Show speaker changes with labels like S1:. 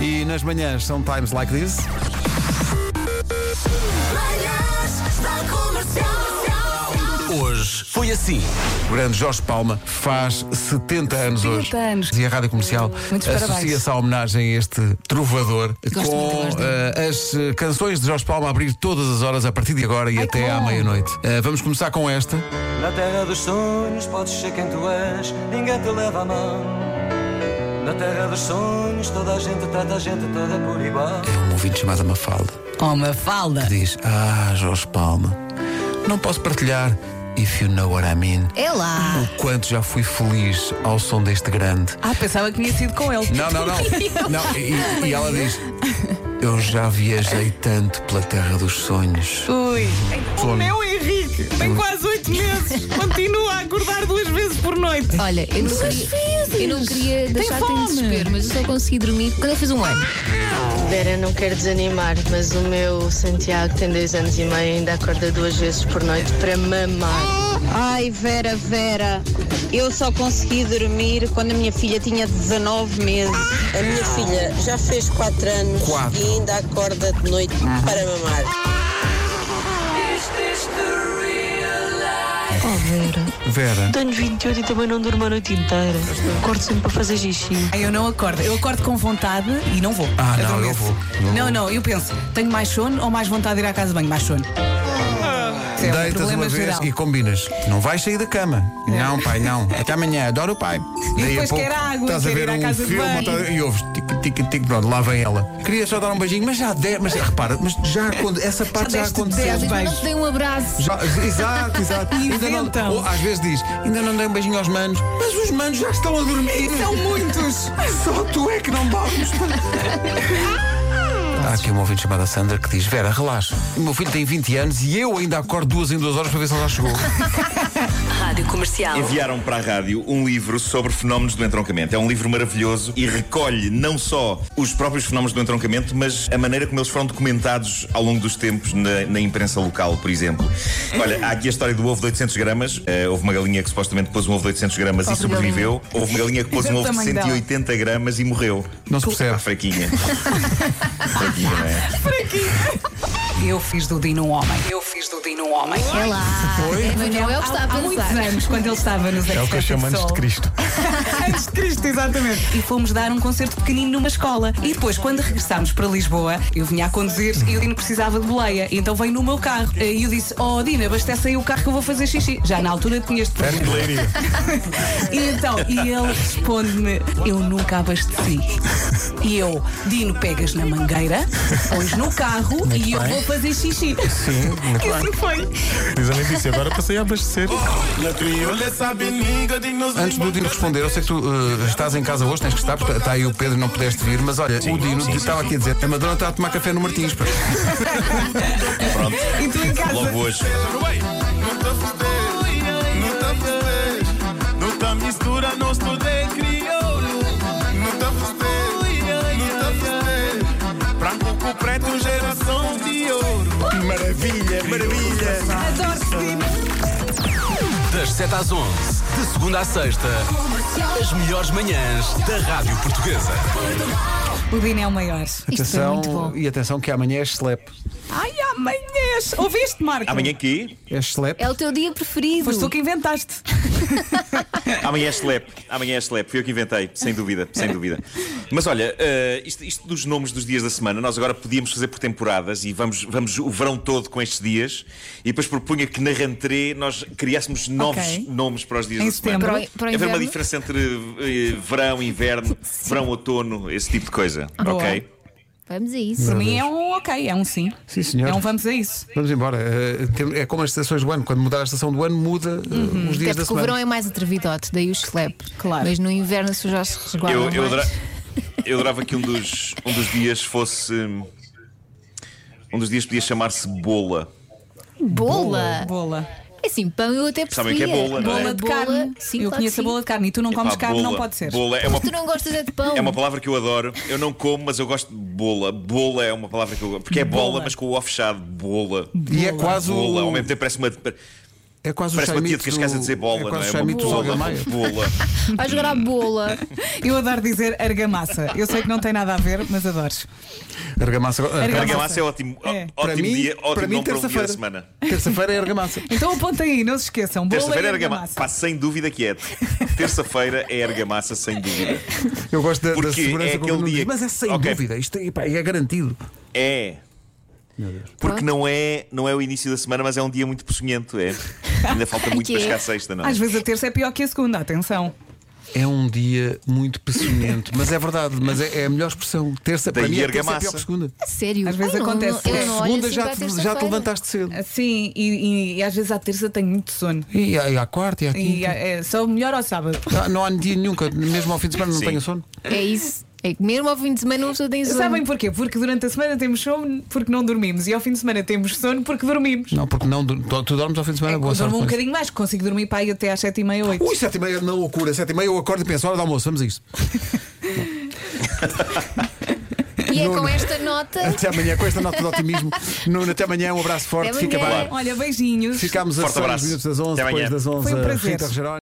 S1: E nas manhãs são times like this.
S2: Manhãs da comercial.
S3: Hoje foi assim.
S1: O grande Jorge Palma faz 70 anos
S4: 70
S1: hoje.
S4: anos.
S1: E a Rádio Comercial eh,
S4: Muitos parabéns.
S1: associa-se à homenagem a este trovador
S4: Gosto
S1: com
S4: muito, gosto
S1: eh, as eh, canções de Jorge Palma a abrir todas as horas a partir de agora e
S4: Ai, que
S1: até à
S4: bom.
S1: meia-noite. Eh, vamos começar com esta.
S5: Na terra dos sonhos podes ser quem tu és, ninguém te leva a mão. Na terra dos sonhos toda a gente trata a gente toda por igual.
S1: É um ouvinte chamado Mafalda.
S4: Oh, uma falda.
S1: Diz: Ah, Jorge Palma, não posso partilhar. If you know what I mean.
S4: É lá.
S1: O quanto já fui feliz ao som deste grande.
S4: Ah, pensava que tinha sido com ele.
S1: Não, não, não. não e, e ela diz: Eu já viajei tanto pela terra dos sonhos.
S4: Ui.
S1: Sono.
S4: Henrique tem quase oito meses. Continua a acordar duas vezes por noite.
S6: Olha, eu não, queria, eu não queria deixar-te em
S4: fome.
S6: desespero, mas eu só consegui dormir quando eu fiz um ano.
S7: Vera, não quero desanimar, mas o meu Santiago tem dois anos e meio e ainda acorda duas vezes por noite para mamar.
S4: um.
S8: Ai, Vera, Vera, eu só consegui dormir quando a minha filha tinha 19 meses.
S9: A minha filha já fez 4 anos
S1: Quatro.
S9: e ainda acorda de noite para mamar.
S6: Oh, Vera.
S1: Vera,
S8: Tenho 28 e também não durmo a noite inteira. Acordo sempre para fazer xixi.
S4: Eu não acordo. Eu acordo com vontade e não vou.
S1: Ah, não,
S4: adormeço.
S1: eu vou. Não
S4: Não, não, eu penso, tenho mais sono ou mais vontade de ir à casa de banho? Mais sono. Isso é um
S1: deitas
S4: problema
S1: uma vez
S4: geral. É.
S1: e combinas. Não vais sair da cama. Não, pai, não. Até amanhã, adoro o pai.
S4: E depois quer água,
S1: estás a
S4: quer
S1: ver
S4: ir à
S1: um
S4: casa de
S1: filme
S4: banho.
S1: ou estás- e ouves tic, tic, tic, pronto, lá vem ela. Queria só dar um beijinho, mas já der, mas repara, mas já aconte- essa parte já,
S4: deste
S1: aconteceu.
S4: dez
S6: Mas não te dei um abraço.
S1: Já- exato, exato. Ainda não-
S4: Inventam.
S1: ou às vezes diz, ainda não dei um beijinho aos manos, mas os manos já estão a dormir.
S4: São muitos.
S1: Só tu é que não dormes. Há aqui um ouvinte chamada Sandra que diz: Vera, relaxa. O meu filho tem 20 anos e eu ainda acordo duas em duas horas para ver se ele já chegou.
S10: Enviaram para a rádio um livro sobre fenómenos do entroncamento. É um livro maravilhoso e recolhe não só os próprios fenómenos do entroncamento, mas a maneira como eles foram documentados ao longo dos tempos na, na imprensa local, por exemplo. Olha, há aqui a história do ovo de 800 gramas. Eh, houve uma galinha que supostamente pôs um ovo de 800 gramas e sobreviveu. Houve uma galinha que pôs
S4: Era
S10: um
S4: o
S10: ovo de
S4: tamanho dela.
S10: 180 gramas e morreu.
S1: Não se
S10: Ah,
S1: percebe.
S10: fraquinha. fraquinha, não é?
S4: Eu fiz do Dino um homem. Eu fiz do Dino um homem.
S6: É lá. Mas não é o que está
S4: há,
S6: a
S4: há muitos
S6: pensar.
S4: anos, quando ele estava nos É o que eu chamo antes de Cristo. antes de Cristo, exatamente. E fomos dar um concerto pequenino numa escola. E depois, quando regressámos para Lisboa, eu vinha a conduzir e o Dino precisava de boleia. Então veio no meu carro. E eu disse: Oh, Dino, abastece aí o carro que eu vou fazer xixi. Já na altura tinha este problema. E então, e ele responde-me: Eu nunca abasteci. E eu, Dino, pegas na mangueira, pões no carro e eu vou fazer xixi. Sim, que assim foi.
S11: Precisamente isso. E Agora passei a abastecer.
S1: Antes do Dino responder, eu sei que tu eh, estás em casa hoje, tens que estar, porque está aí o Pedro e não pudeste vir, mas olha, o Dino estava aqui a dizer: a Madonna está a tomar café no Martins. pá."
S10: Pronto.
S4: E tu em casa.
S10: Logo hoje.
S3: Das 7 às 11, de segunda à sexta, as melhores manhãs da Rádio Portuguesa.
S4: O Dino é o maior.
S6: Isto foi muito bom.
S1: e atenção, que amanhã é slap.
S4: Ai, amanhã. é Ouviste, Marco?
S10: Amanhã aqui.
S1: É slap.
S6: É o teu dia preferido.
S4: Foste tu que inventaste.
S10: Amanhã é slap, amanhã é slap, fui eu que inventei, sem dúvida, sem dúvida. Mas olha, eh, isto, isto dos nomes dos dias da semana, nós agora podíamos fazer por temporadas e vamos, vamos o verão todo com estes dias e depois propunha que na rentrée nós criássemos novos
S4: Ok.
S10: nomes para os dias
S4: Em
S10: da
S4: setembro.
S10: semana.
S6: Para o, para o
S10: Haver uma
S6: inverno.
S10: diferença entre eh, verão, inverno, verão, outono, esse tipo de coisa,
S4: Boa.
S10: ok?
S6: Vamos a isso.
S4: Para mim é um ok, é um sim.
S1: Sim, senhor.
S4: É um vamos a isso.
S1: Vamos embora. Eh, tem- é como as estações do ano. Quando mudar a estação do ano, muda eh, os
S6: Até
S1: dias da
S6: porque o
S1: semana.
S6: verão é mais atrevidote, daí o slap.
S4: Claro.
S6: Mas no inverno as pessoas já se resguardam. é?
S10: Eu, eu,
S6: mais.
S10: adora- eu adorava que um dos, um dos dias fosse. hum, Um dos dias podia chamar-se bola.
S6: Bola!
S4: Bola.
S6: É assim, pão eu até percebia.
S10: Sabem o que é bola, não é?
S4: Bola de carne.
S6: Sim,
S4: Eu
S6: claro
S4: conheço
S6: que
S4: a bola de carne e tu não comes
S10: Epá,
S4: carne, não
S10: bola.
S4: pode ser.
S10: Bola é uma,
S6: sim. Tu não gostas é de pão.
S10: é uma palavra que eu adoro. Eu não como, mas eu gosto de bola. Bola é uma palavra que eu gosto. Porque é bola,
S4: Bola.
S10: mas com o O fechado. Bola.
S1: E é quase o-
S10: Bola. Ao mesmo tempo parece uma.
S1: É quase o
S10: Parece uma tia de
S1: Chaimitos
S10: Cascais
S1: do-
S10: a dizer bola,
S1: é
S10: não
S1: quase
S10: é?
S1: o Chaimitos do
S10: bola,
S1: Algamai.
S10: bola.
S6: Vai jogar à bola.
S4: Eu adoro dizer argamassa. Eu sei que não tem nada a ver, mas adoro.
S1: Argamassa.
S4: Argamassa.
S10: Argamassa é ótimo. ó- Ótimo
S1: Para mim-
S10: dia, ótimo
S1: para mim,
S10: nome para um dia da
S1: terça-feira.
S10: semana.
S1: Terça-feira é argamassa.
S4: Então apontem aí, não se esqueçam. Bolo
S10: Terça-feira
S4: é
S10: é argamassa. Pá, sem dúvida que é. Terça-feira é argamassa, sem dúvida.
S1: Eu gosto da, da
S10: Porque
S1: segurança
S10: é
S1: como
S10: aquele
S1: não diz,
S10: dia que-
S1: Mas é sem
S10: Ok.
S1: dúvida, isto é, pá, é garantido.
S10: É. Porque não é, não é o início da semana, mas é um dia muito peçonhento, é. Ainda falta muito
S4: Que
S10: para
S4: é.
S10: chegar à sexta, não é?
S4: Às vezes a terça é pior que a segunda, atenção.
S1: É um dia muito peçonhento, mas é verdade, mas é, é a melhor expressão. Terça, para
S10: Daí
S1: mim, é terça é
S10: argamassa.
S1: pior que segunda.
S6: Sério?
S4: Às vezes
S6: Ai, não,
S4: acontece. né?
S6: não, eu não olho
S1: Segunda
S6: assim
S1: já
S6: para a
S1: te- já te
S6: terça-feira.
S1: levantaste cedo.
S4: Sim, e, e- e às vezes à terça tenho muito sono.
S1: E à, e à quarta e à
S4: E
S1: quinta. Ah,
S4: é, só melhor ao sábado.
S1: Não, não há dia nenhum que, mesmo ao fim de semana, não
S10: Sim.
S1: tenha sono.
S6: É isso. É que mesmo ao fim de semana uma pessoa tem sono.
S4: Sabem porquê? Porque durante a semana temos sono porque não dormimos e ao fim de semana temos sono porque dormimos.
S1: Não, porque É não, du- tu, tu dormes ao fim de semana, boa sorte.
S4: Dormo um
S1: com isso.
S4: bocadinho mais, consigo dormir para aí até às 7h30, 8
S1: Ui, sete e meia na loucura, sete e meia eu acordo e penso, hora do almoço, vamos a isto.
S6: E é
S1: Nuno.
S6: com esta nota. é
S1: Até amanhã, com esta nota de otimismo. Nuno, até amanhã, um abraço forte,
S6: Até
S1: fica
S6: amanhã.
S1: bem.
S4: Olha, beijinhos.
S1: Ficámos a
S10: Forte
S1: 6
S10: abraço.
S1: minutos das 11,
S10: Até
S1: depois
S10: amanhã.
S1: das 11,
S4: Foi um prazer.
S1: Rita Rogeroni.